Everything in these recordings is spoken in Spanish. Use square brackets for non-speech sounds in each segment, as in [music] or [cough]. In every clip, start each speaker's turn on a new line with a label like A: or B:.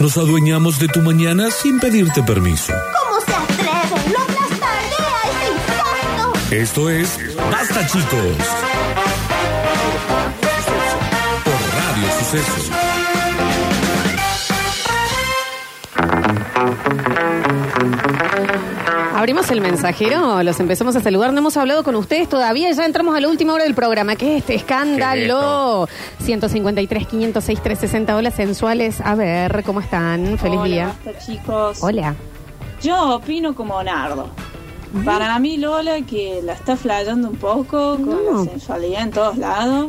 A: Nos adueñamos de tu mañana sin pedirte permiso.
B: ¿Cómo se atreven? ¡Lo aplastaré a ese infarto!
A: Esto es Basta, chicos. Por Radio Sucesos.
C: Abrimos el mensajero, los empezamos a saludar. No hemos hablado con ustedes todavía, ya entramos a la última hora del programa. ¿Qué es este escándalo? 153, 506, 360 horas sensuales. A ver, ¿cómo están? Feliz
D: Hola,
C: día.
D: basta, chicos.
C: Hola.
D: Yo opino como Nardo. Para mí Lola que la está flayando un poco con
C: No.
D: la sensualidad en todos lados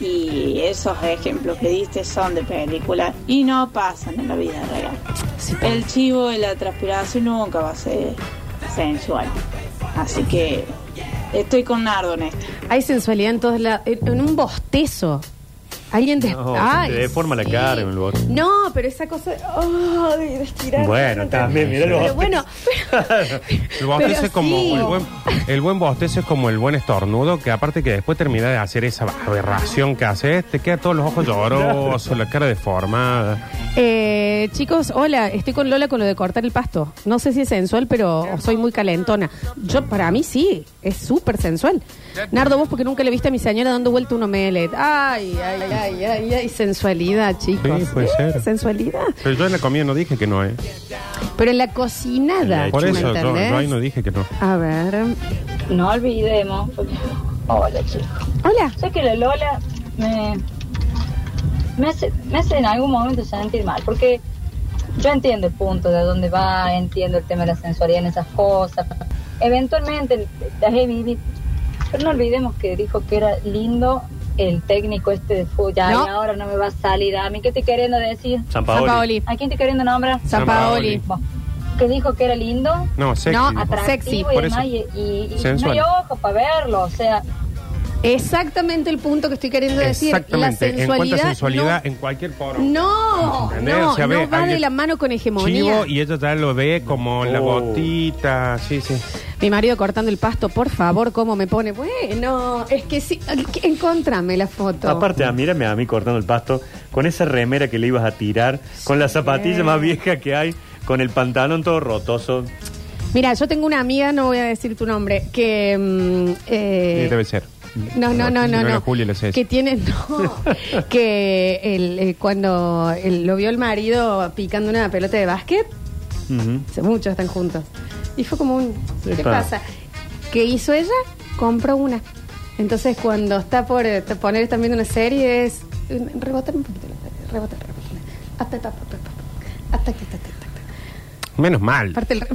D: y esos ejemplos que diste son de película y no pasan en la vida real. El chivo y la transpiración nunca va a ser sensual. Así que estoy con Nardo en esto.
C: Hay sensualidad en todos lados. En en un bostezo. Alguien te.
E: No,
C: Ay,
E: se te deforma la cara en el bote.
C: No, pero esa cosa. Ay, de estirar.
E: Bueno, también, mirá [laughs] lo
C: Pero bueno, pero-
F: El bostezo
C: Pero
F: es como
C: sí.
F: el buen, el buen bostezo es como el buen estornudo que aparte que después termina de hacer esa aberración que haces, te queda todos los ojos llorosos, la cara deformada.
C: Eh, chicos, hola, estoy con Lola con lo de cortar el pasto. No sé si es sensual, pero soy muy calentona. Yo, para mí sí, es súper sensual. Nardo, vos porque nunca le viste a mi señora dando vuelta un omelette. Ay, ay, ay, ay, ay, sensualidad, chicos.
F: Sí, puede ser.
C: Sensualidad.
F: Pero yo en la comida no dije que no, ¿eh?
C: Pero en la cocinada,
F: Por
C: ¿me
F: eso yo,
C: entendés?
F: yo ahí no dije que no.
C: A ver.
G: No olvidemos. Hola, chicos.
C: Hola.
G: Sé que la Lola me, me, hace, me hace en algún momento sentir mal, porque yo entiendo el punto de dónde va, entiendo el tema de la sensualidad en esas cosas. Eventualmente las he vivido. Pero no olvidemos que dijo que era lindo el técnico este de fútbol. Ay,
C: No.
G: ahora no me va a salir. ¿A mí qué te queriendo decir?
E: San Paoli.
C: San Paoli.
G: ¿A quién te queriendo nombrar?
C: San Paoli.
G: Bueno, Que dijo que era lindo,
F: No, sexy.
C: No,
F: dijo.
C: atrás. Sexy,
G: atractivo y
F: por
G: demás, y,
F: eso.
G: y- y no
F: Sensual.
G: hay ojo para verlo, o sea...
C: Exactamente el punto que estoy queriendo decir. La
F: Exactamente. en cuanto a
C: sensualidad.
F: sensualidad, en cualquier foro.
C: No, no,
F: ¿Entendés?
C: no,
F: O sea, ve,
C: no va de
F: alguien-
C: la mano con hegemonía.
F: Chivo y ella ya lo ve como la
E: Oh.
F: botita, sí, sí.
C: Mi marido cortando el pasto, por favor, ¿cómo me pone? Bueno, es que sí, encontrame la foto.
E: Aparte, ah, mírame a mí cortando el pasto, con esa remera que le ibas a tirar, con la zapatilla más vieja que hay, con el pantalón todo rotoso.
C: Mira, yo tengo una amiga, no voy a decir tu nombre, que... mm, eh,
F: Sí, debe ser.
C: No, no, no, no,
F: Era
C: no.
F: Julia la Ceci.
C: que tiene, [laughs] no, que el, eh, cuando el- lo vio el marido picando una pelota de básquet,
E: Ujú.
C: hace mucho están juntos, y fue como un, ¿qué
E: Epa.
C: pasa? ¿Qué hizo ella? Compró una. Entonces cuando está por eh, te- poner, están viendo una serie, es eh, rebotar un poquito, la tele, rebotar, rebotar, hasta, hasta, hasta, hasta, hasta, hasta, hasta, hasta.
F: Menos mal.
C: Aparte el-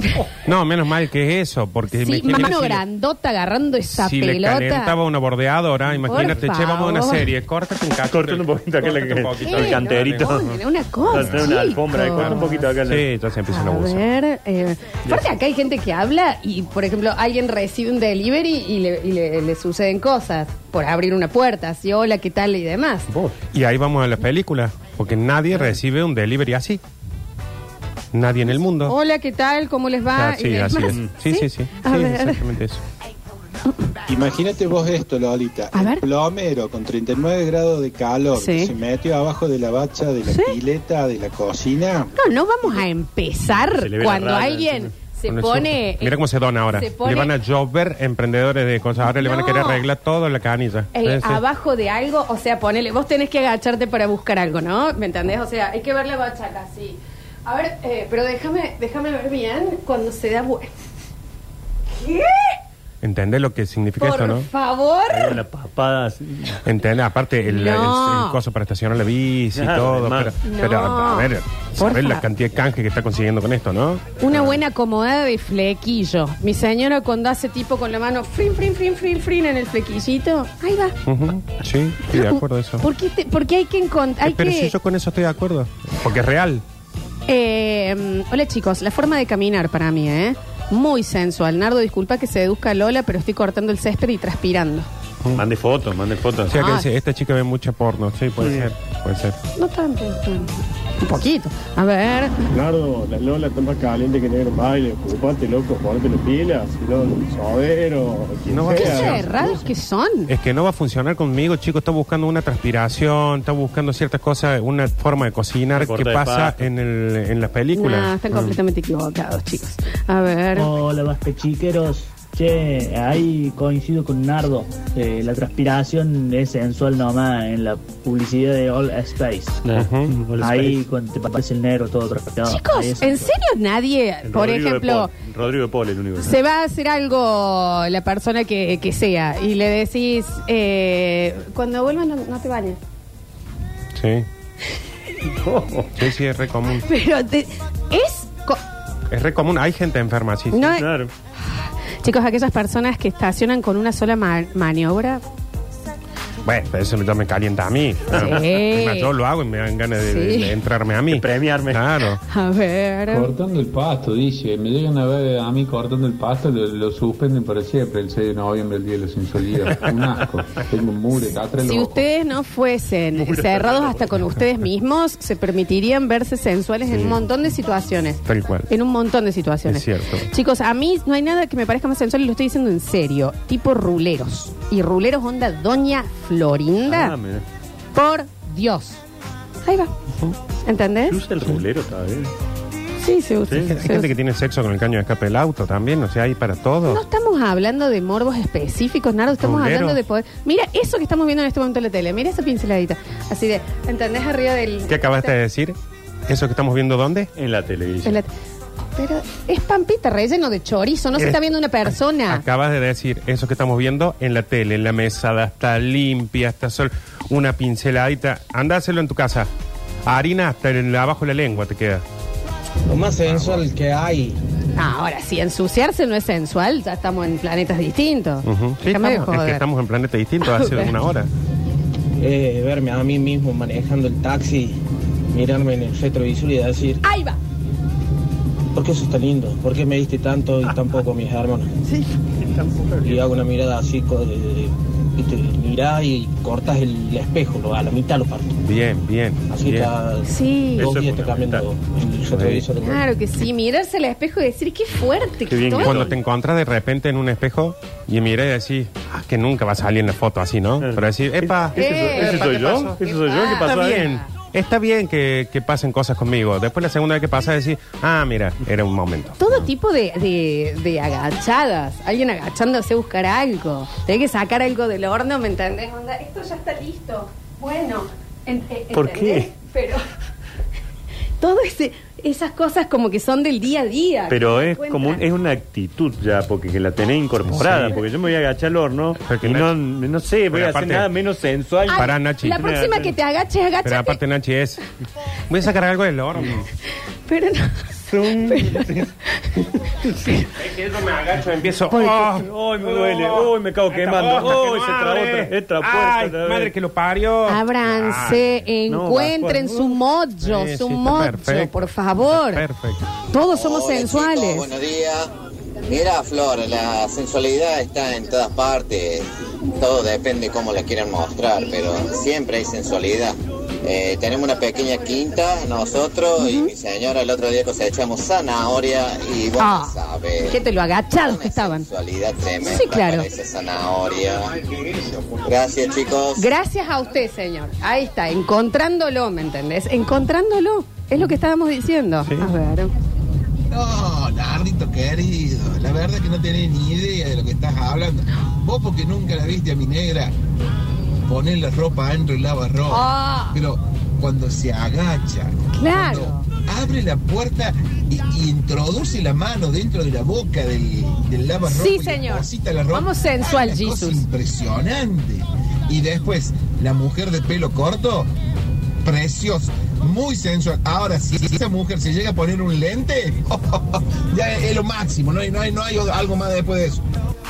F: No, menos mal que es eso, porque
C: Sí,
F: imagínate
C: mano
F: si-
C: grandota agarrando esa
F: si
C: pelota.
F: le calentaba una bordeadora, imagínate,
C: Por
F: che, vamos a una
C: favor.
F: serie, córtate un cachito.
E: Córtate un poquito acá la-
F: Córtate un poquito.
E: el
C: Eh,
E: canterito.
C: no, no, no, una cosa,
E: Trae una alfombra,
C: chicos.
E: corta un poquito acá.
F: Sí, ya se empiezan a
C: A
F: abusar.
C: ver, eh, aparte acá hay gente que habla y, por ejemplo, alguien recibe un delivery y le, y le- le suceden cosas por abrir una puerta, así, hola, ¿qué tal? y demás.
F: Y ahí vamos a las películas, porque nadie recibe un delivery así. Nadie en el mundo.
C: Hola, ¿qué tal? ¿Cómo les va?
F: Ah,
C: Oh, y
F: sí, así
C: demás. Mm.
F: es. Sí, sí, sí.
C: A
F: Sí,
C: ver.
F: exactamente eso.
H: Imagínate vos esto, Lolita.
C: A
H: El
C: ver.
H: plomero con 39 grados de calor
C: Sí.
H: que se metió abajo de la bacha de la
C: Sí.
H: pileta de la cocina.
C: No, no vamos a empezar
E: Se le ve la
C: cuando
E: raya,
C: alguien se
F: Con eso.
C: pone...
F: Mira cómo se dona ahora.
C: se pone- eh,
F: Le van a llover emprendedores de cosas. Ahora le van a
C: No.
F: querer arreglar todo la canilla.
C: Eh,
F: Sí, sí.
C: abajo de algo, o sea, ponele, vos tenés que agacharte para buscar algo, ¿no? ¿Me entendés? O sea, hay que ver la bachaca, sí. A ver, eh, pero déjame, déjame ver bien cuando se da vuelta. ¿Qué?
F: ¿Entendés lo que significa
C: Por
F: esto, no?
C: favor.
E: Ahí con la papada así.
F: ¿Entendés? Aparte, el,
C: No.
F: el- el coso para estacionar la bici y
E: Claro,
F: todo.
E: además.
F: Pero, pero,
C: No.
F: a ver,
C: Porfa.
F: ¿sabés la cantidad de canje que está consiguiendo con esto, no?
C: Una buena acomodada de flequillo. Mi señora cuando hace tipo con la mano frin, frin, frin, frin, frin en el flequillito, ahí va.
F: Ujú, Sí, estoy de acuerdo a eso.
C: ¿Por qué, te- por qué hay que encontrar?
F: Eh, Pero si yo con eso estoy de acuerdo. Porque es real.
C: em, hola chicos, la forma de caminar para mí, ¿eh? Muy sensual. Nardo, disculpa que se deduzca Lola, pero estoy cortando el césped y transpirando.
E: Mande fotos, mande
F: O
E: fotos.
F: sea que este
C: Ah.
F: dice, esta chica ve mucha porno. Sí, puede ser. Puede ser.
C: No tanto. no tanto. Un poquito. A ver.
I: Nardo, la Lola está más caliente que negro en baile. Ocupate, loco, ponete los pilas. Si no, sodero, quien
F: No va a
C: ¿Qué
I: sea.
C: cerrados que son?
F: Es que no va a funcionar conmigo, chico. Está buscando una transpiración, está buscando ciertas cosas, una forma de cocinar
E: Una
F: que
E: corta de
F: pasa
E: pasta.
F: en, el, en las películas.
C: Nah, están completamente equivocados, chicos. A ver.
D: Oh,
J: Hola, baspechiqueros. Che, ahí coincido con Nardo. Eh, la transpiración es sensual nomás en la publicidad de All Space.
E: Ujú.
J: Ahí cuando te parece el negro todo transpirado. Ahí
C: Chicos,
J: es
C: ¿en
J: sensual.
C: serio nadie,
E: El
C: por
E: Rodrigo de
C: ejemplo,
E: Paul. Rodrigo de Paul, el único. que-
C: se va a hacer algo la persona que, que sea y le decís, eh, cuando vuelvas no, no te bañes? [laughs]
F: Sí. [laughs] Sí, sí, es re común.
C: Pero te- es... co-
F: Es re común. Hay gente enferma, sí. sí.
C: No,
E: Claro.
C: Chicos, aquellas personas que estacionan con una sola ma- maniobra,
F: Bueno, pero eso ya me calienta a mí. Es más, Yo lo hago y me dan ganas de, de-
C: Sí.
F: de entrarme a mí.
E: De premiarme.
F: Claro.
C: a ver...
K: Cortando el pasto, dice. Me llegan a ver a mí cortando el pasto, lo, lo suspenden para siempre el 6 de noviembre, el día de los insolidos. Un asco. Tengo un muro
E: Ah,
K: acá atrás.
C: Si
K: loco.
C: ustedes no fuesen cerrados hasta con ustedes mismos, se permitirían verse sensuales en un montón de situaciones.
F: Tal cual.
C: En un montón de situaciones.
F: Es cierto.
C: Chicos, a mí no hay nada que me parezca más sensual y lo estoy diciendo en serio. Tipo ruleros. Y ruleros onda Doña Florinda.
E: Ah, mira.
C: por Dios. Ahí va. ¿Entendés?
E: ¿Se usa el rulero todavía?
C: Sí, se usa.
F: Hay
C: se
F: gente que
C: usa.
F: tiene sexo con el caño de escape del auto también. O sea, hay para
C: No
F: todo.
C: estamos hablando de morbos específicos, Nardo, estamos
F: Ruleros.
C: hablando de poder. Mira eso que estamos viendo en este momento en la tele, mira esa pinceladita. Así de, ¿entendés arriba del.
F: ¿Qué acabaste de decir? ¿Eso que estamos viendo dónde?
E: En la
C: En
E: televisión.
C: la- Pero es pampita relleno de chorizo, no se
F: Eh,
C: está viendo una persona.
F: Acabas de decir eso que estamos viendo en la tele, en la mesada, está limpia, está sol, una pinceladita. Andáselo en tu casa. Harina hasta el, abajo de la lengua te queda.
I: Lo más sensual que hay.
C: Ahora, si ensuciarse no es sensual, ya estamos en planetas distintos.
F: Ujú. Sí,
C: Déjame de
F: estamos- es que
C: joder.
F: estamos en planeta distinto [laughs] hace una hora.
I: Eh, verme a mí mismo manejando el taxi, mirarme en el retrovisor y decir,
C: Ahí va.
I: ¿por qué eso está lindo? ¿Por qué me diste tanto y tan poco a mis hermanos?
E: [laughs]
I: Sí, Y hago una mirada así, co- de- de- y te mirás y cortas el espejo, lo- a la mitad lo parto.
F: Bien, bien.
I: Así
F: bien.
I: está este
C: Sí.
F: Eh,
I: dos
E: Eso es
I: días te cambiando el retrovisor.
C: Claro que sí, mirarse al espejo y decir qué fuerte
E: Qué
C: que
E: bien que
C: estoy.
F: Cuando te encuentras de repente en un espejo y miras y decís, ah, que nunca va a salir en la foto así, ¿no?
E: Claro.
F: Pero decís, epa,
E: ¿Ese,
C: Eh,
E: ese
F: epa,
E: soy
F: ¿qué
E: yo?
F: pasó?
E: ¿Ese soy yo? ¿Qué
C: Ah,
E: pasó
F: Está
E: ahí?
F: bien. Está bien que, que pasen cosas conmigo. Después la segunda vez que pasa decís, ah, mira, era un momento.
C: Todo tipo de, de- de agachadas. Alguien agachándose a buscar algo. Tenés que sacar algo del horno, ¿me entendés? Onda, esto ya está listo. Bueno. en- en-
E: ¿Por
C: ¿entendés?
E: qué?
C: Pero. [laughs] Todo ese. Esas cosas como que son del día a día.
E: Pero
C: que se
E: es
C: encuentran.
E: como un- es una actitud ya, porque que la tenés incorporada,
F: Sí.
E: porque yo me voy a agachar al horno
F: Pero que
E: y
F: no-
E: no, no sé, voy
F: Pero
E: a
F: aparte-
E: hacer nada menos sensual.
C: Ay,
F: Pará, Nachi.
C: La próxima que te agaches, agachate.
F: Pero aparte Nachi es, voy a sacar algo del horno.
C: Pero no. [laughs]
F: que yo me agacho, empiezo.
E: Ah, ¡Ay, me duele!
F: Oh.
E: ¡Ay, me cago quemando! ¡Ay, se trabó otra, otra puerta!
F: ¡Ay,
E: otra vez.
F: madre que lo parió!
C: Abranse,
F: Ah,
E: Ay, no,
C: encuentren
E: Pascual,
C: su mojo,
F: Sí,
C: su
F: sí, está
C: mojo,
F: perfecto.
C: por favor.
F: Está perfecto.
C: Todos somos sensuales.
I: buenos días. Mira, Flor, la sensualidad está en todas partes. Todo depende cómo la quieran mostrar, pero siempre hay sensualidad. Eh, tenemos una pequeña quinta, nosotros y mi señora el otro día cosechamos zanahoria y vos
C: Ah,
I: sabes.
C: que te lo agachados que estaban.
I: Sensualidad tremenda.
C: Sí, claro.
I: con Esa zanahoria. Gracias, chicos.
C: Gracias a usted, señor. Ahí está, encontrándolo, ¿me entendés? Encontrándolo. Es lo que estábamos diciendo. A ver.
I: No, Nardito querido, la verdad que no tenés ni idea de lo que estás hablando. Vos porque nunca la viste a mi negra, poner la ropa adentro y lava ropa.
C: Ah.
I: Pero cuando se agacha,
C: Claro.
I: cuando abre la puerta y, y introduce la mano dentro de la boca del, del lava ropa.
C: Sí, señor. Vamos sensual, Jesus.
I: Ah, impresionante. Y después, la mujer de pelo corto, preciosa, muy sensual. Ahora, si esa mujer se llega a poner un lente, [laughs] ya es, es lo máximo, no hay, no, hay, no hay algo más después de eso.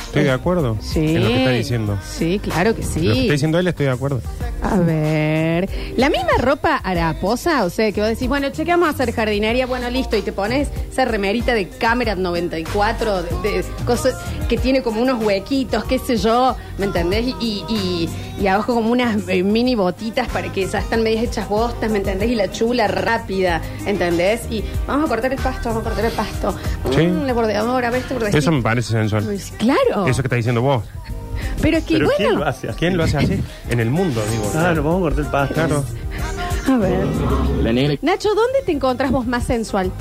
F: Estoy de acuerdo
C: Sí.
F: en lo que está diciendo.
C: Sí, claro que
F: Lo que está
C: sí.
F: diciendo él, estoy de acuerdo.
C: A ver, la misma ropa haraposa, o sea, que vos decís, bueno, che, ¿qué vamos a hacer jardinería, bueno, listo, y te pones esa remerita de cámara 94, de, de cosas que tiene como unos huequitos, qué sé yo, ¿me entendés? Y, y, y abajo como unas eh, mini botitas para que ya están medias hechas bostas, ¿me entendés? Y la chula rápida, ¿entendés? Y vamos a cortar el pasto, vamos a cortar el pasto.
F: Sí.
C: Mm, la bordeadora, a ver este bordecito.
F: Eso me parece sensual.
C: Pues, claro,
F: Eso que estás diciendo vos.
C: pero es que
E: Pero ¿quién
C: bueno,
E: lo hace así?
F: ¿Quién lo hace así? En el mundo, digo.
E: Ah, nos vamos a cortar el pasto.
F: Claro.
C: a ver.
K: La negra
C: Nacho, ¿dónde te encontrás vos más sensual?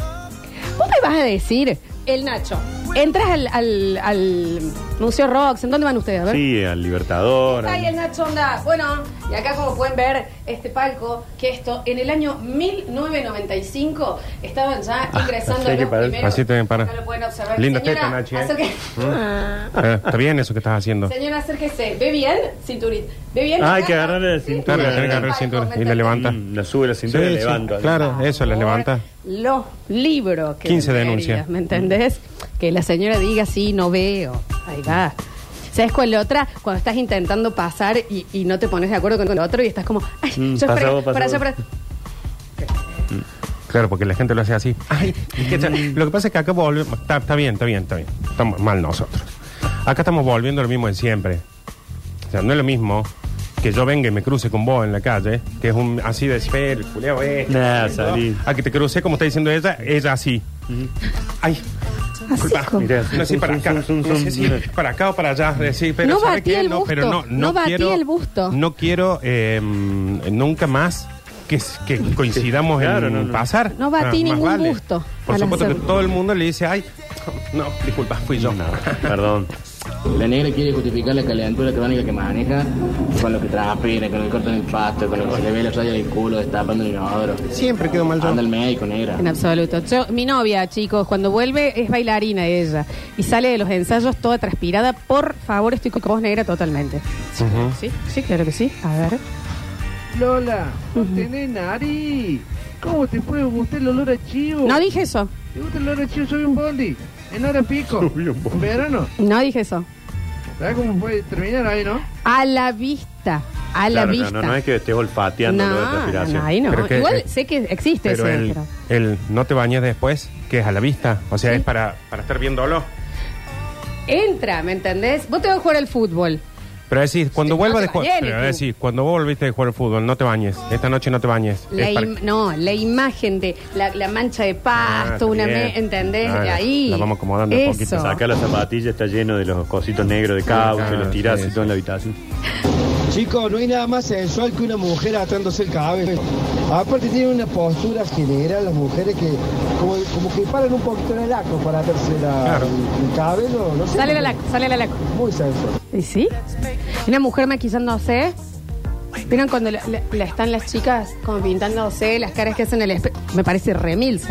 C: Vos me vas a decir, el Nacho, entras al, al, al Museo Rox, ¿en dónde van ustedes? A ver.
E: Sí, al Libertador.
C: Ay, el Nacho onda. Bueno, y acá como pueden ver, este palco, que esto, en el año 1995 estaban ya ingresando
E: Ah, así hay que
C: los
E: parar.
C: primeros.
F: Así también para.
C: Acá lo pueden observar.
F: Linda
C: Señora,
F: teta, Nachi, ¿eh?
C: acerque-
E: Mm.
F: Eh, Está bien eso que estás haciendo.
C: Señora, acérquese. ¿Ve bien? Cinturita. ¿Ve bien?
E: Ah, hay que agarrarle la
C: Sí,
E: cintura.
F: Claro, tiene que agarrar la
C: palco,
F: cintura
C: ¿me
F: y la
C: entendés?
F: levanta.
E: Mm, La sube la cintura y
F: Sí,
E: la
F: sí,
E: levanto.
F: Claro, eso, la levanta.
C: Los libros que
F: 15
C: vendería,
F: denuncias.
C: ¿Me entendés? Que la señora diga, sí, no veo. Ahí va. ¿Sabes cuál otra? Cuando estás intentando pasar y, y no te pones de acuerdo con el otro y estás como, ay,
E: Mm,
C: yo
E: pasa
C: para,
E: vos, pasa
C: para, yo
E: vos.
C: para.
F: Claro, porque la gente lo hace así. Ay, es que, lo que pasa es que acá volvemos. Está, está bien, está bien, está bien. Estamos mal nosotros. Acá estamos volviendo a lo mismo de siempre. O sea, no es lo mismo que yo venga y me cruce con vos en la calle, que es un así de esfero, el culeo este, ¿no?
E: Nah, salí.
F: A que te cruce, como está diciendo ella, ella así. Ay. disculpa.
C: como-
E: Mirá,
F: no sé
E: zum,
F: para
E: zum,
F: acá,
E: zum, zum,
F: no sé
E: zum.
F: si para acá o para allá. eh, sí, pero
C: No
F: ¿sabe
C: batí
F: qué?
C: el
F: No, pero
C: busto,
F: no, no
C: no batí
F: quiero-
C: el busto.
F: No quiero eh, nunca más que,
E: [laughs]
F: que coincidamos
E: Claro,
F: en
E: no, no.
F: pasar. Ah,
C: No batí
F: más
C: ningún busto
F: Por
C: al
F: supuesto que
C: hacer.
F: todo el mundo le dice, ay, no, disculpa, fui yo. [laughs]
E: Perdón.
I: La negra quiere justificar la calentura crónica que maneja con lo que transpira, con el corte en el pasto, con lo que se le ve la raya del culo destapando el inodoro.
F: Siempre quedo mal yo.
I: Anda al médico, negra.
C: En absoluto. Yo, mi novia, chicos, cuando vuelve es bailarina ella y sale de los ensayos toda transpirada. Por favor, estoy con voz negra totalmente. Sí, sí, sí, claro que sí. A ver.
L: Lola, no tenés nariz. ¿Cómo te puede gustar el olor a chivo?
C: No dije eso.
L: ¿Te gusta el olor a chivo? Soy un bondi. En hora pico.
M: [laughs]
E: Subí un bondi.
L: En verano.
C: No dije eso.
L: ¿Sabes cómo puede terminar ahí, no?
C: A la vista. A la
E: Claro, no,
C: vista.
E: no, no es que estés olfateando
C: no,
E: lo de transpiración.
C: no, ahí no.
F: Pero que-
C: Igual
F: eh,
C: sé que existe
F: Pero
C: ese,
F: el,
C: pero-
F: el no te bañes después, que es a la vista. O sea, es para, para estar viéndolo.
C: Entra, ¿me entendés? Vos te vas a jugar al fútbol.
F: Pero decís, cuando
C: Sí,
F: vuelvas
C: no te
F: de jugar,
C: bañes,
F: pero
C: tú.
F: decís, cuando vos volviste de jugar al fútbol, no te bañes. Esta noche no te bañes.
C: La
F: Es para-
C: im- No, la imagen de la, la mancha de
F: Ah,
C: pasto,
F: está
C: una
F: bien.
C: me- ¿entendés?
F: Ah,
C: ahí.
F: la vamos acomodando de a poquito.
C: Eso.
E: Acá la zapatilla está lleno de los cositos negros de caucho,
F: claro,
E: los tirás
F: sí,
E: y todo en la habitación.
M: Chicos, no hay nada más sensual que una mujer atándose el cabello. Aparte tiene una postura general las mujeres que como, como que paran un poquito en el acto para atarse la,
F: Claro.
M: el, cabello. No sé,
C: Sale la lac, sale la lac.
M: Muy sensual.
C: ¿Y sí? Una mujer maquillándose. ¿Vieron cuando la, la- la están las chicas como pintándose las caras que hacen el espejo? Me parece remil
E: Sí,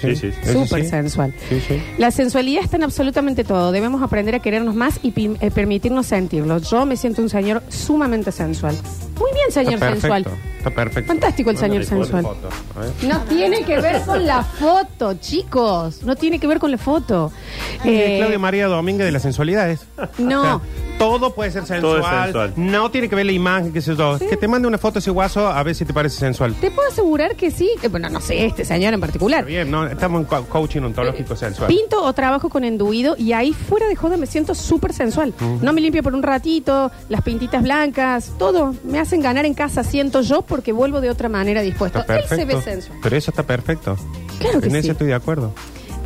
E: sí, sí.
F: Eso
C: Súper
F: sí.
C: sensual.
F: Sí, sí.
C: La sensualidad está en absolutamente todo. Debemos aprender a querernos más y pim- eh, permitirnos sentirlo. Yo me siento un señor sumamente sensual. Muy bien, señor
F: Está
C: sensual.
F: perfecto. Está perfecto.
C: Fantástico el señor
E: Mándale foto,
C: sensual.
F: Foto, a ver.
C: No tiene que ver con la foto, chicos. No tiene que ver con la foto.
F: Eh,
C: Eh,
F: Claudia María Domínguez de las sensualidades.
C: No.
F: O sea, todo puede ser
E: Todo
F: sensual.
E: es sensual.
F: No tiene que ver la imagen, qué sé yo. Que te mande una foto ese guaso a ver si te parece sensual.
C: te puedo asegurar que sí. Eh, Bueno, no sé, este señor en particular.
F: Está bien, no, estamos en co- coaching ontológico sensual.
C: Pinto o trabajo con enduido y ahí fuera de joda me siento súper sensual. No me limpio por un ratito, las pintitas blancas, todo. Me hacen ganar en casa, siento yo, porque vuelvo de otra manera dispuesto.
F: Está
C: Él se ve
F: perfecto.
C: sensual.
F: Pero eso está perfecto.
C: Claro que
F: en
C: sí.
F: eso estoy de acuerdo.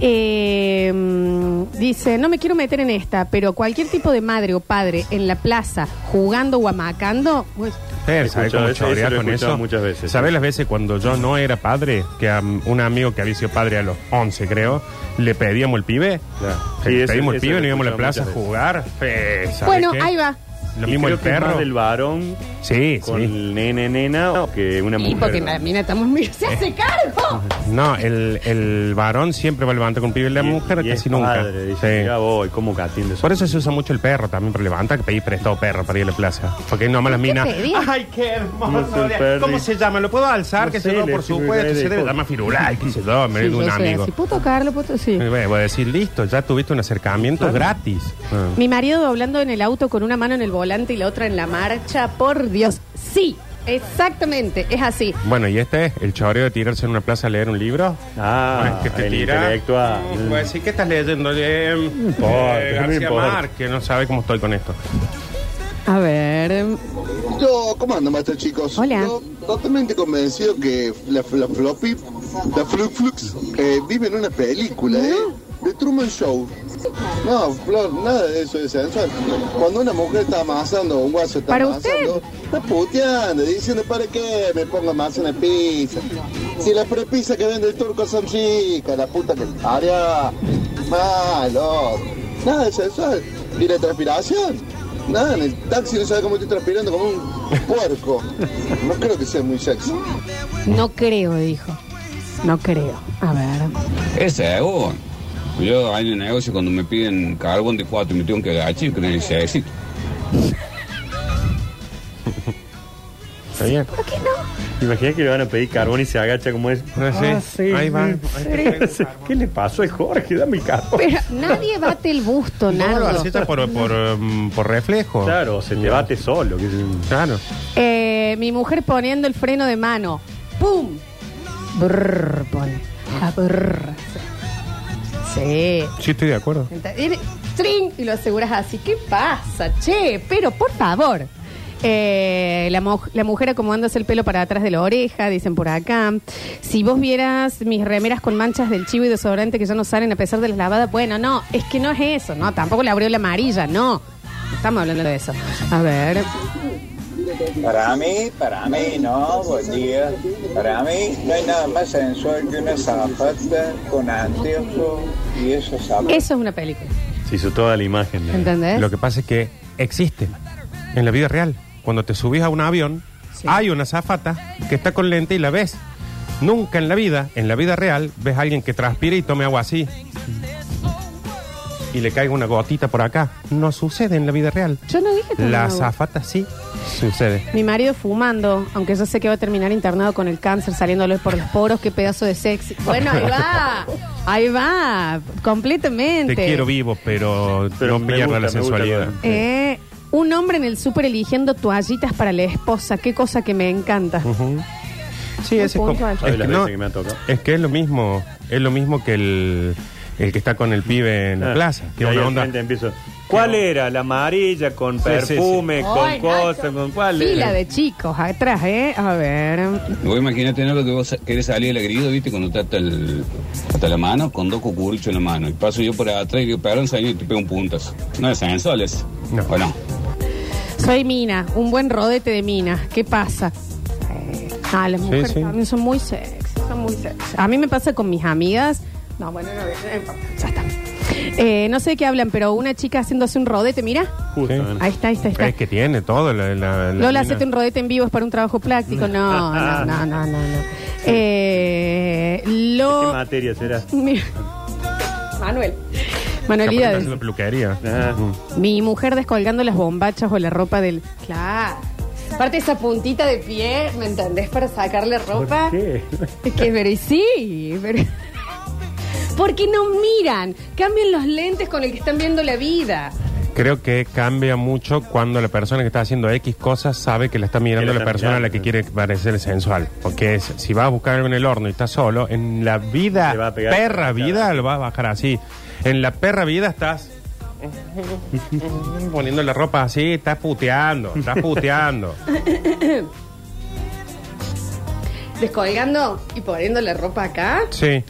C: Eh, mm, dice, no me quiero meter en esta, pero cualquier tipo de madre o padre en la plaza jugando o pues, hamacando, uy,
F: Fer, ¿sabes
E: Escuchado
F: cómo
E: eso, eso
F: chorear
E: lo he
F: con
E: escuchado
F: eso?
E: muchas veces.
F: ¿Sabes las veces cuando yo no era padre? Que a m- un amigo que había sido padre a los 11, creo, le pedíamos el pibe.
E: Claro.
F: Que
E: Sí,
F: le
E: eso-
F: pedimos el
E: eso
F: pibe,
E: lo
F: nos íbamos a la
E: escuchamos
F: plaza a
E: muchas
F: jugar. Fe, ¿sabes
C: bueno,
F: qué?
C: ahí va.
F: Lo
E: Y
F: mismo
E: creo
F: el
E: que es
F: perro.
E: más del varón
F: Sí,
E: con
F: sí.
E: el nene nena que una
C: Y
E: mujer.
C: porque la mina estamos [laughs] muy... ¡Se hace
F: Eh.
C: cargo!
F: No, el, el varón siempre va a levantar con un pibe, la
E: Y-
F: mujer
E: y es
F: casi nunca.
E: Padre,
F: Sí.
E: dice, "Mirá vos, ¿cómo que atiende
F: Por eso se usa mucho el perro también para levantar, que pedís prestado perro para ir a la plaza. Porque no más las
C: ¿Qué
F: minas.
C: pedís?
F: ¡Ay, qué
E: No sé,
F: hermoso!
E: Ferdi.
F: ¿Cómo se llama? ¿Lo puedo alzar?
E: No
F: que
E: sé,
F: se yo,
E: le
F: por
E: escribo
F: supuesto,
E: idea
F: se
E: de
F: debe
E: cosas.
F: llamar firulay, que se yo, me
C: Sí,
F: viene
C: yo
F: un
C: soy
F: amigo.
C: así, puto Carlos, puto... Sí.
F: Y bueno, voy a decir, listo, ya tuviste un acercamiento gratis.
E: Ah.
C: Mi marido doblando en el auto con una mano en el volante y la otra en la marcha, por Dios, sí, Exactamente, es así.
F: Bueno, y este, el choreo de tirarse en una plaza a leer un libro.
E: Ah,
F: que te
E: el
F: tira.
E: intelectual.
F: Mm, Pues sí, ¿qué estás leyendo? Eh,
E: importa,
F: eh,
E: no
F: García
E: importa.
F: Márquez, no sabe cómo estoy con esto.
C: A ver.
N: Yo, ¿cómo andan, maestro, chicos?
C: Hola.
N: Yo, totalmente convencido que la, la floppy, la flu flux, eh, vive en una película, ¿eh? De Truman Show. No, Flor, nada de eso es sensual. Cuando una mujer está amasando, un guaso está
C: ¿Para
N: amasando, está puteando, diciendo, ¿para qué me pongo a amasar una pizza? Si las prepisas que vende el turco son chicas, la puta que área. Malo. Nada de sensual. Y la transpiración. Nada, en el taxi no sabe cómo estoy transpirando como un puerco. No creo que sea muy sexy.
C: No creo, dijo. No creo. A ver.
O: Es seguro. Yo hay un negocio cuando me piden carbón de cuatro y me tengo que agachar con el éxito.
F: ¿Está bien?
C: ¿Por qué no?
E: Imagina que le van a pedir carbón y se agacha como es.
F: Ah, sí. Ahí va. Ahí
E: [laughs] ¿Qué le pasó a Jorge? Dame el carbón.
C: Pero nadie bate el busto,
F: No lo
C: Nardo.
F: aceptas por, por, um, por reflejo.
E: Claro, se te bate solo. que es-
F: Claro.
C: Eh, mi mujer poniendo el freno de mano. ¡Pum! Brrr, pone. Ah, brrr. Sí.
F: Sí, estoy de acuerdo.
C: Enta- y- trin, Y lo aseguras así. ¿Qué pasa, che? Pero, por favor. Eh, la, mo- la mujer acomodándose el pelo para atrás de la oreja, dicen por acá. Si vos vieras mis remeras con manchas del chivo y desodorante que ya no salen a pesar de las lavadas, bueno, no, es que no es eso, no, tampoco le abrió la amarilla, no. No Estamos hablando de eso. A ver.
P: Para mí, para mí no, buen día. Para mí no hay nada más sensual que una zapata con anteojos y esos zapatos.
C: Eso es una película.
E: Se hizo toda la imagen. de-
C: ¿Entendés?
F: Lo que pasa es que existe en la vida real. Cuando te subís a un avión, hay una zafata que está con lente y la ves. Nunca en la vida, en la vida real, ves a alguien que transpire y tome agua así. Y le caiga una gotita por acá. No sucede en la vida real.
C: Yo no dije tan
F: La
C: nuevo.
F: zafata sí sucede.
C: Mi marido fumando, aunque yo sé que va a terminar internado con el cáncer saliéndole por los poros, qué pedazo de sexy. Bueno, ahí va, ahí va, completamente.
F: Te quiero vivo, pero, no
E: me
F: pierdas la
E: gusta, me gusta
F: sensualidad.
C: Eh, un hombre en el súper eligiendo toallitas para la esposa, qué cosa que me encanta.
F: Sí, ese es como-
C: puntual.
F: es que
E: las veces
F: no,
E: que me ha tocado?
F: Es que es lo mismo, es lo mismo que el, el que está con el pibe en la
E: Ah,
F: plaza.
E: y
F: Que
E: ahí
F: una
E: al
F: onda.
E: frente empiezo, ¿Cuál era? ¿La amarilla con perfume,
C: sí.
E: con
C: Ay,
E: cosas,
C: Nacho.
E: con cuál
C: Fila
E: era?
C: de chicos atrás, ¿eh? A ver.
O: Vos imaginate ¿no? lo que vos sa- querés salir del grido, viste, cuando está hasta, el- hasta la mano, con dos cucuruchos en la mano. Y paso yo por atrás y digo, perdón, señor, y te pego un puntazo. No es sensual eso. No. ¿O no?
C: Soy Mina, un buen rodete de Mina. ¿Qué pasa? Ah, las mujeres
F: sí.
C: también son muy sexy, son muy sexy. A mí me pasa con mis amigas. No, bueno, no, no importa, ya está. Eh, no sé de qué hablan, pero una chica haciéndose un rodete, mira.
F: Justo.
C: Ahí está, ahí está, ahí está.
F: Es que tiene todo. La, la- la
C: Lola,
F: mina.
C: hacete un rodete en vivo, es para un trabajo práctico. No, no, no, no, no. no. Eh,
E: ¿Qué
C: lo...
E: materia será?
C: [laughs] Mira. Manuel.
F: Capaz que está
C: Manuelidades.
F: haciendo peluquería.
E: Ah,
F: Mm.
C: Mi mujer descolgando las bombachas o la ropa del. Claro. Aparte esa puntita de pie, ¿me entendés? Para sacarle ropa. Es que, pero y sí, pero. Porque no miran, cambian los lentes con el que están viendo la vida.
F: Creo que cambia mucho cuando la persona que está haciendo X cosas sabe que la está mirando
E: Que la
F: la
E: está
F: persona a la
E: mirando.
F: que quiere parecer sensual. Porque es- si vas a buscar algo en el horno y estás solo, en la vida,
E: a pegar.
F: perra vida, lo vas a bajar así. En la perra vida
E: [laughs]
F: estás poniendo la ropa así, estás puteando, estás puteando.
C: Descolgando y poniendo la ropa acá.
F: Sí.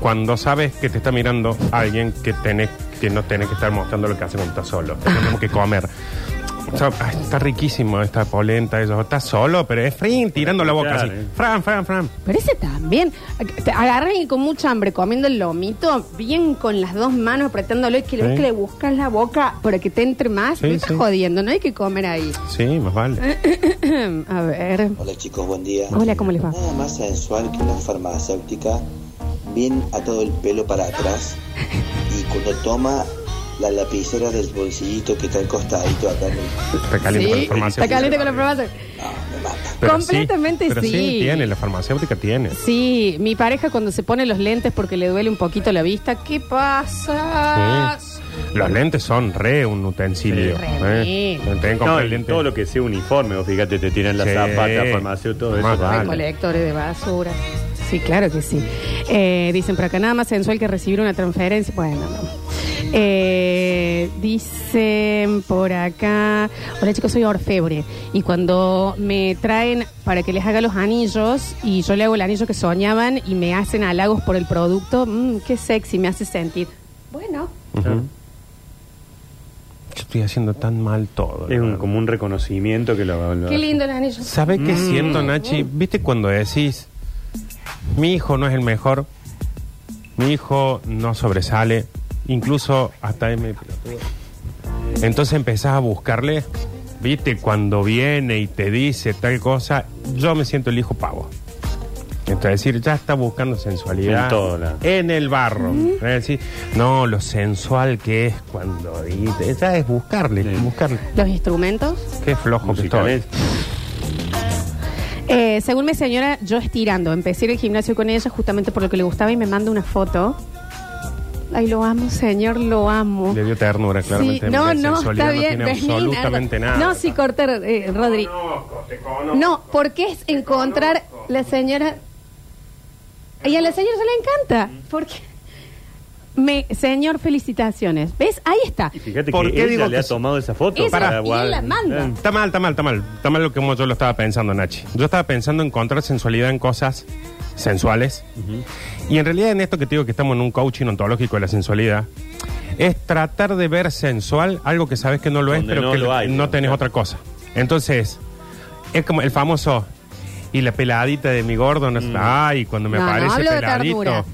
F: Cuando sabes que te está mirando alguien que tenés, que no tenés que estar mostrando lo que hace cuando estás solo. que Tenemos que comer. O sea, ay, está riquísimo esta polenta, eso. Estás solo, pero es frin, tirando la boca así.
E: Claro, eh.
F: Fran, Fran, Fran.
C: Pero ese también. Te agarran y con mucha hambre comiendo el lomito, bien con las dos manos apretándolo y que le,
F: Sí.
C: que le buscas la boca para que te entre más.
F: Sí,
C: no estás
F: sí.
C: jodiendo, no hay que comer ahí.
F: Sí, más vale.
C: Eh, A ver.
Q: Hola chicos, buen día.
C: Hola, ¿cómo les va?
Q: Nada más sensual que una farmacéutica bien atado el pelo para atrás y cuando toma la lapicera del bolsillito que está al costadito acá en el...
F: Está caliente con la
C: Sí,
F: farmacéutica.
C: Está caliente con la farmacéutica.
F: Pero
C: Completamente
F: sí, pero
C: sí.
F: tiene, la farmacéutica tiene.
C: Sí, mi pareja cuando se pone los lentes porque le duele un poquito la vista, ¿qué pasa?
F: Sí. Los lentes son re un utensilio.
E: Sí.
F: ¿eh? Tenés que comprar
E: No, y
F: lentes.
E: todo lo que sea uniforme, vos fíjate, te tiran las
F: Sí.
E: zapatas, farmacia, todo eso.
F: Más vale.
C: Recolectores de basura. Sí, claro que sí. Eh, dicen por acá, nada más sensual que recibir una transferencia. Bueno, no. Eh, dicen por acá, hola chicos, soy orfebre. Y cuando me traen para que les haga los anillos y yo le hago el anillo que soñaban y me hacen halagos por el producto, mmm, qué sexy me hace sentir. Bueno,
E: Ah.
F: Ujú. Yo estoy haciendo tan mal todo.
E: Es un- como un reconocimiento que lo... lo-
C: qué lindo el anillo. Mm.
F: ¿Sabes qué siento, Nachi? ¿Viste cuando decís, mi hijo no es el mejor, mi hijo no sobresale, incluso hasta es mi pelotudo"? Entonces empezás a buscarle, ¿viste? Cuando viene y te dice tal cosa, yo me siento el hijo pavo. Entonces, es decir, ya está buscando sensualidad
E: En todo lado.
F: en el barro. Es decir, no, lo sensual que es cuando... y- ya es buscarle, buscarle.
C: Los instrumentos.
F: Qué flojo que estoy.
C: Eh, según mi señora, yo estirando. Empecé a ir al gimnasio con ella justamente por lo que le gustaba y me manda una foto. Ay, lo amo, señor, lo amo.
F: Le dio ternura,
C: Sí,
F: claramente.
C: no,
F: porque
C: no,
F: sensualidad
C: está bien. [laughs]
F: No tiene
C: desnina,
F: absolutamente
C: algo.
F: nada.
C: No, sí, cortar, eh, Rodri. No, porque es encontrar la señora. Y a la señora se le encanta. Porque. Me, señor, felicitaciones. ¿Ves? Ahí está.
E: Fíjate
F: ¿Por
E: que
F: qué
E: ella
F: digo
E: le
F: que
E: ha
F: sí?
E: tomado esa foto.
C: Esa,
E: para
C: y él la
E: guard-
C: manda.
E: Eh,
F: Está mal, está mal, está mal. Está mal lo que como yo lo estaba pensando, Nachi. Yo estaba pensando en encontrar sensualidad en cosas sensuales. Y en realidad en esto que te digo que estamos en un coaching ontológico de la sensualidad, es tratar de ver sensual algo que sabes que no lo es,
E: Donde
F: pero
E: no
F: que
E: lo hay,
F: no
E: digamos,
F: tenés
E: claro.
F: otra cosa. Entonces, es como el famoso y la peladita de mi gordo, no,
E: Mm.
F: ay, cuando me
C: No, no,
F: aparece
C: hablo de
F: peladito.
C: ternura.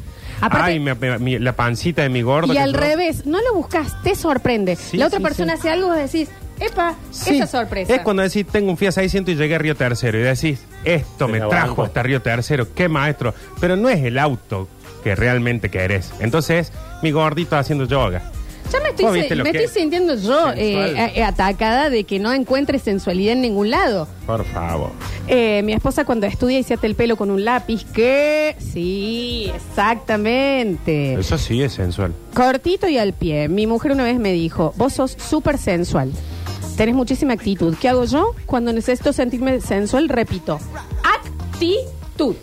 C: Aparte-
F: ay, me- me- mi- la pancita de mi gordo.
C: Y
F: que
C: al
F: yo-
C: revés, no lo buscas, te sorprende. la otra
F: sí,
C: persona
F: sí.
C: hace algo y decís, epa,
F: Sí,
C: esa sorpresa.
F: Es cuando decís, tengo un Fiat 600 y llegué a Río Tercero. Y decís, esto me
E: la
F: trajo
E: banco.
F: hasta Río Tercero, qué maestro. Pero no es el auto que realmente querés. Entonces, mi gordito haciendo yoga.
C: Ya me
F: Vos
C: estoy,
F: viste lo
C: me
F: que-
C: estoy sintiendo yo
F: Sensual.
C: eh, a- eh, atacada de que no encuentre sensualidad en ningún lado.
F: Por favor.
C: Eh, mi esposa cuando estudia y se ata el pelo con un lápiz, que sí, exactamente.
F: Eso sí es sensual.
C: Cortito y al pie. Mi mujer una vez me dijo, vos sos súper sensual. Tenés muchísima actitud. ¿Qué hago yo? Cuando necesito sentirme sensual, repito. Actitud.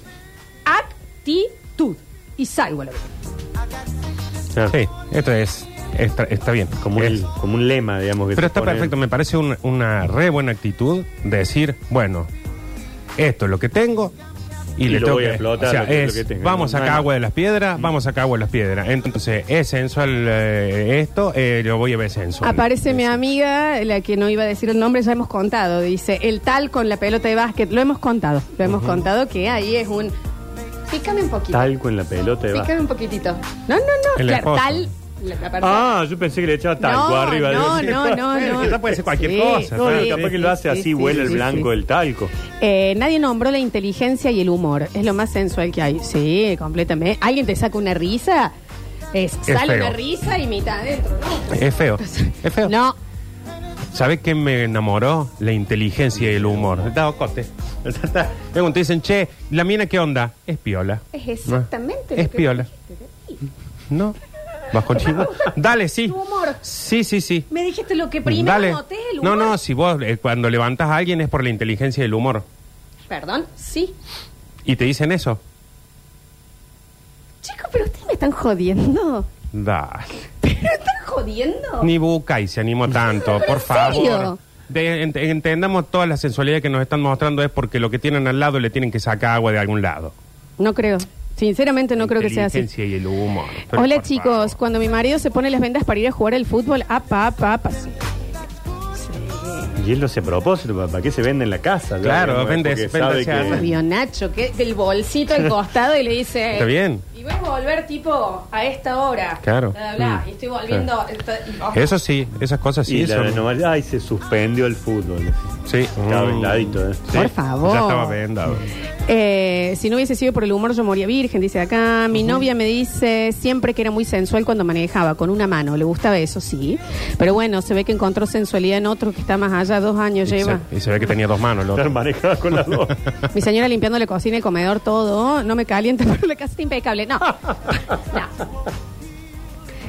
C: Actitud. Y salgo a la vida.
F: Sí, esto es. Está, está bien.
E: Ah. Como
F: Es-
E: un, como un lema, digamos. Que
F: Pero
E: se
F: está
E: pone-
F: perfecto, me parece un- una re buena actitud decir, bueno, esto es lo que tengo y,
E: Y
F: le
E: lo
F: tengo
E: voy a
F: que-
E: explotar,
F: o sea,
E: lo que- lo
F: es,
E: que tengo.
F: vamos a
E: No,
F: sacar
E: no.
F: agua de las piedras, vamos a sacar agua de las piedras. Entonces, es sensual eh, esto, eh, lo voy a ver sensual.
C: Aparece mi amiga, la que no iba a decir el nombre, ya hemos contado. Dice, el tal con la pelota de básquet. Lo hemos contado. Lo hemos contado que ahí es un... Pícame un poquito.
E: Talco en la pelota de básquet.
C: Pícame un poquitito. No, no, no.
E: El
C: claro,
E: esposo.
C: tal... La, la persona-
E: Ah, yo pensé que le echaba talco
C: No,
E: arriba.
C: no,
E: de
C: no,
E: [laughs]
C: no,
F: Bueno,
C: no.
F: quizá puede ser cualquier
C: Sí,
F: cosa,
E: No,
C: sí,
E: no, capaz que lo hace
C: sí,
E: así,
C: sí,
E: huele el
C: sí,
E: blanco
C: sí.
E: del talco.
C: Eh, nadie nombró la inteligencia y el humor. Es lo más sensual que hay. Sí, completamente. ¿Alguien te saca una risa? Es, sale
F: feo.
C: una risa y mitad adentro, ¿no?
F: Es feo. Es feo.
C: No,
F: ¿Sabes qué me enamoró? La inteligencia y el humor. Está [laughs] cote. Está- Es cuando te dicen, che, ¿la mina qué onda? Es piola.
C: es exactamente.
F: No. Es
C: lo que
F: piola.
C: dijiste.
F: No.
C: [laughs]
F: Bajo chivo. Dale, sí.
C: Tu humor.
F: Sí, sí, sí.
C: Me dijiste lo que primero
F: Dale.
C: noté, el
F: no,
C: humor.
F: no, si vos eh, cuando levantás a alguien es por la inteligencia y el humor.
C: Perdón, sí.
F: Y te dicen eso.
C: Chicos, pero ustedes me están jodiendo. [laughs]
F: Dale.
C: ¿Me están jodiendo?
F: Ni busca y se animó tanto, por favor.
C: Oh. serio?
F: De- ent- entendamos toda la sensualidad que nos están mostrando es porque lo que tienen al lado le tienen que sacar agua de algún lado.
C: No creo. Sinceramente no creo que sea así.
F: Inteligencia y el humor. Pero
C: Hola
F: por
C: chicos, cuando mi marido se pone las vendas para ir a jugar al fútbol, apa, apa, apa. sí.
E: Y él lo hace a propósito, ¿para qué se vende en la casa?
F: Claro,
E: Digamos,
F: vende-
E: porque
F: vende
E: sabe
F: hacia
E: que-
F: arriba.
C: Vio Nacho, que del bolsito al costado y le dice.
F: Está bien.
C: Y voy a volver tipo a esta hora.
F: Claro.
C: Bla, bla, bla,
F: Mm.
C: Y estoy volviendo. esto- y- oh.
F: favor. Eso sí, esas cosas sí
E: Y la
F: son-
E: anomali- ay, se suspendió el fútbol.
F: Sí.
E: Estaba
F: Mm.
E: vendadito, ¿eh?
F: Sí,
C: Por favor.
F: Ya estaba vendado.
C: Eh, si no hubiese sido por el humor, yo moría virgen, dice acá. Mi novia me dice siempre que era muy sensual cuando manejaba, con una mano. Le gustaba eso, sí. Pero bueno, se ve que encontró sensualidad en otro que está más allá, dos años
F: Y
C: lleva.
F: se, y se ve que tenía dos manos. Lo
E: manejaba con las [laughs] dos.
C: Mi señora limpiando la cocina, el comedor, [laughs]
F: [laughs]
C: todo. No me calienta, pero la casa está impecable. No. No.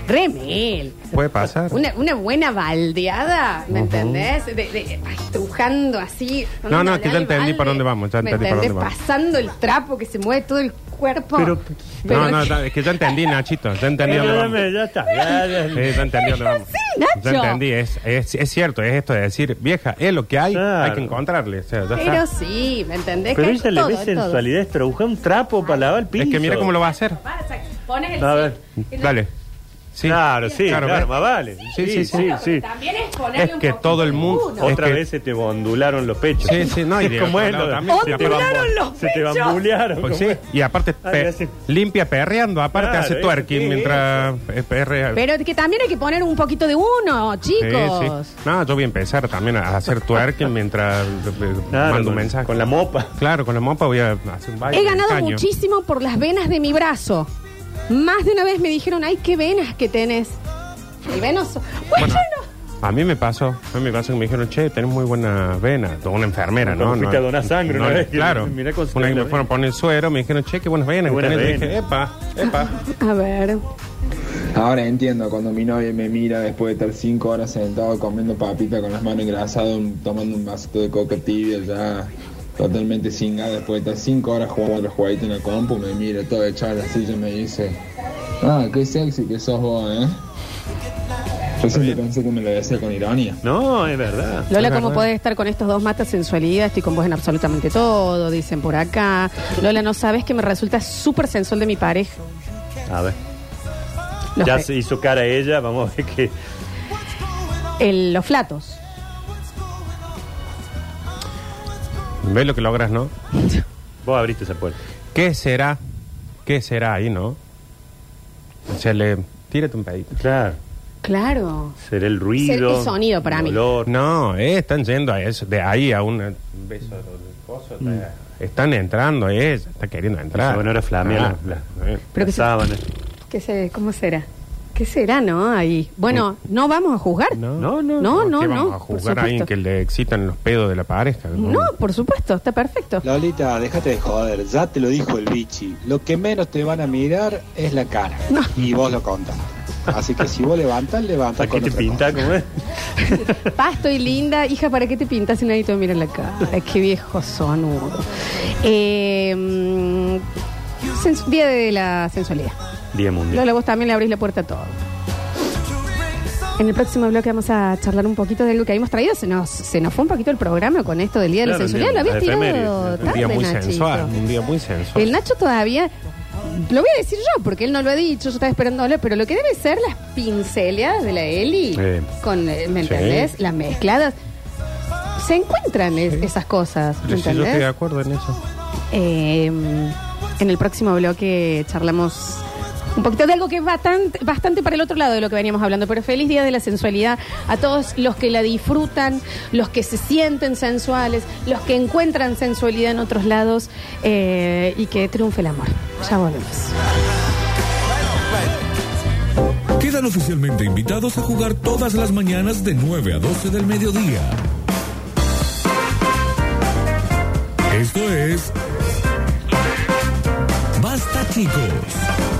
C: Remil.
F: Puede pasar.
C: Una, una buena baldeada, ¿me entendés? De, de- ay, trujando así.
F: No, no, es que ya
C: dándole
F: entendí
C: balde.
F: para dónde vamos, ya
C: ¿Me
F: entendí para
C: entendés?
F: dónde vamos.
C: Pasando el trapo que se mueve todo el cuerpo.
F: Pero- No, no, es que ya entendí, Nachito. Ya entendí dónde vamos.
E: Ya está. [laughs] ya, ya.
F: Sí, ya entendí dónde vamos.
C: Sí, Nacho.
F: Ya entendí, es, es, es cierto, es esto de decir, vieja, es lo que hay, hay que encontrarle. o sea, ya está.
C: Pero sí, ¿me entendés?
E: Pero
C: Que
E: ella le
C: todo,
E: ve
C: todo.
E: sensualidad, estrujá un trapo para lavar el piso.
F: Es que mira cómo lo va a hacer.
C: Pasa, Pones el
E: A ver,
F: dale. Sí.
E: Claro, sí, claro,
F: ¿ves?
E: más vale.
F: Sí, sí, sí.
E: sí.
C: También es ponerle
F: Es
C: un
F: que
C: poquito
F: todo el mundo.
C: de uno.
F: es
E: Otra
F: que-
E: vez se te ondularon los pechos.
F: Sí, sí, no, y de
E: es [laughs] como
F: otro
E: es,
F: lado
E: ¿no?
F: también se
E: Se
F: te
E: te
F: ondularon
E: bambu-
C: los
E: Se te
C: pechos.
E: bambulearon.
F: Pues sí,
E: ¿cómo es?
F: y aparte
E: Ah,
F: pe-
E: así.
F: limpia perreando, aparte
E: Claro,
F: hace
E: eso,
F: twerking
E: sí,
F: mientras eh, perrea.
C: Pero que también hay que poner un poquito de uno,
F: Sí,
C: chicos.
F: sí. No, yo voy a empezar también a hacer twerking mientras eh, eh,
E: [laughs] Claro,
F: mando
E: con-
F: un mensaje. Con la mopa. Claro, con la mopa voy a hacer un baile.
C: He
F: en el
C: ganado
F: caño.
C: muchísimo por las venas de mi brazo. Más de una vez me dijeron, ay, qué venas que tenés. El venoso. Bueno,
F: A mí me pasó, a mí me pasó que me dijeron, che, tenés muy buena vena, una enfermera,
E: Cuando
F: ¿no?
E: fuiste
F: no,
E: a donar sangre una vez que-
F: Claro,
E: mirá cómo se te
F: una vez
E: ve
F: que
E: la
F: me fueron a poner suero, me dijeron, che, qué buenas venas.
E: Qué
F: que
E: buenas
F: tenés.
E: venas.
F: Yo dije, epa, epa.
C: a ver.
R: Ahora entiendo cuando mi novia me mira después de estar cinco horas sentado comiendo papita con las manos engrasadas, un- tomando un vasito de coca tibia ya totalmente sin gas, después de estar cinco horas jugando a los jueguitos en la compu, me mira todo echado en la silla y me dice, ah, qué sexy que sos vos, ¿eh? Yo siempre pensé que me lo decía con ironía.
E: No, es verdad.
C: Lola, ¿cómo podés estar con estos dos matas sensualidad? Estoy con vos en absolutamente todo, dicen por acá. Lola, ¿no sabes que me resulta súper sensual de mi pareja?
E: A ver.
C: Los
E: Ya
C: pe-
E: se hizo cara ella, vamos a ver que.
C: El- los flatos.
F: ¿Ves lo que logras, no?
E: Vos abriste esa puerta.
F: ¿Qué será? ¿Qué será ahí, no? O sea, le... Tírate un pedito.
E: Claro.
C: Claro.
E: Será el
C: Ser
E: ruido.
C: el sonido para mí.
F: No, eh, están yendo a eso, de ahí a una- un beso de coso. está-
C: Mm.
F: Están entrando, eh, está queriendo entrar.
E: Bueno, era flamea
F: Ah,
E: la,
C: Pero que se-
E: sábana.
C: ¿Qué se, ¿Cómo será? ¿Qué será, no? Ahí. Bueno, no vamos a juzgar. No, no, no. No, no,
F: ¿Qué vamos a
C: por
F: juzgar a alguien
C: supuesto.
F: que Mm. le excitan los pedos de la pareja?
C: No, por supuesto, está perfecto.
H: Lolita, déjate de joder, ya te lo dijo el bichi. Lo que menos te van a mirar es la cara. Y vos lo contas. Así que si vos levantás, levantás con
E: ¿Qué te pinta? ¿Cómo es?
C: Pa, estoy linda. Hija, ¿para qué te pintas si nadie te mira en la cara? Qué viejo sonudo. Eh, mm, sensu- día de la sensualidad.
E: Día mundial.
C: Lola, vos también le abrís la puerta a todo. En el próximo bloque vamos a charlar un poquito de algo que habíamos traído. Se nos, se nos fue un poquito el programa con esto del Día de la
F: Claro,
C: Sensualidad.
F: el
C: Lo
F: día-
C: habías
F: la
C: tirado
F: efeméride.
C: tarde,
F: Un día muy
C: Nachito.
F: sensual, un día muy sensual.
C: El Nacho todavía, lo voy a decir yo, porque él no lo ha dicho, yo estaba esperándolo, pero lo que debe ser las pinceladas de la Eli,
F: Sí.
C: con, eh, ¿me
F: Sí.
C: entendés? Las mezcladas. Se encuentran es- esas cosas, ¿me
F: Yo, sí, yo estoy de
C: entendés?
F: acuerdo en eso.
C: Eh, en el próximo bloque charlamos un poquito de algo que es bastante, bastante para el otro lado de lo que veníamos hablando, pero feliz día de la sensualidad a todos los que la disfrutan, los que se sienten sensuales, los que encuentran sensualidad en otros lados eh, y que triunfe el amor. Ya volvemos.
A: Quedan oficialmente invitados a jugar todas las mañanas de 9 a 12 del mediodía. Esto es. Basta, chicos.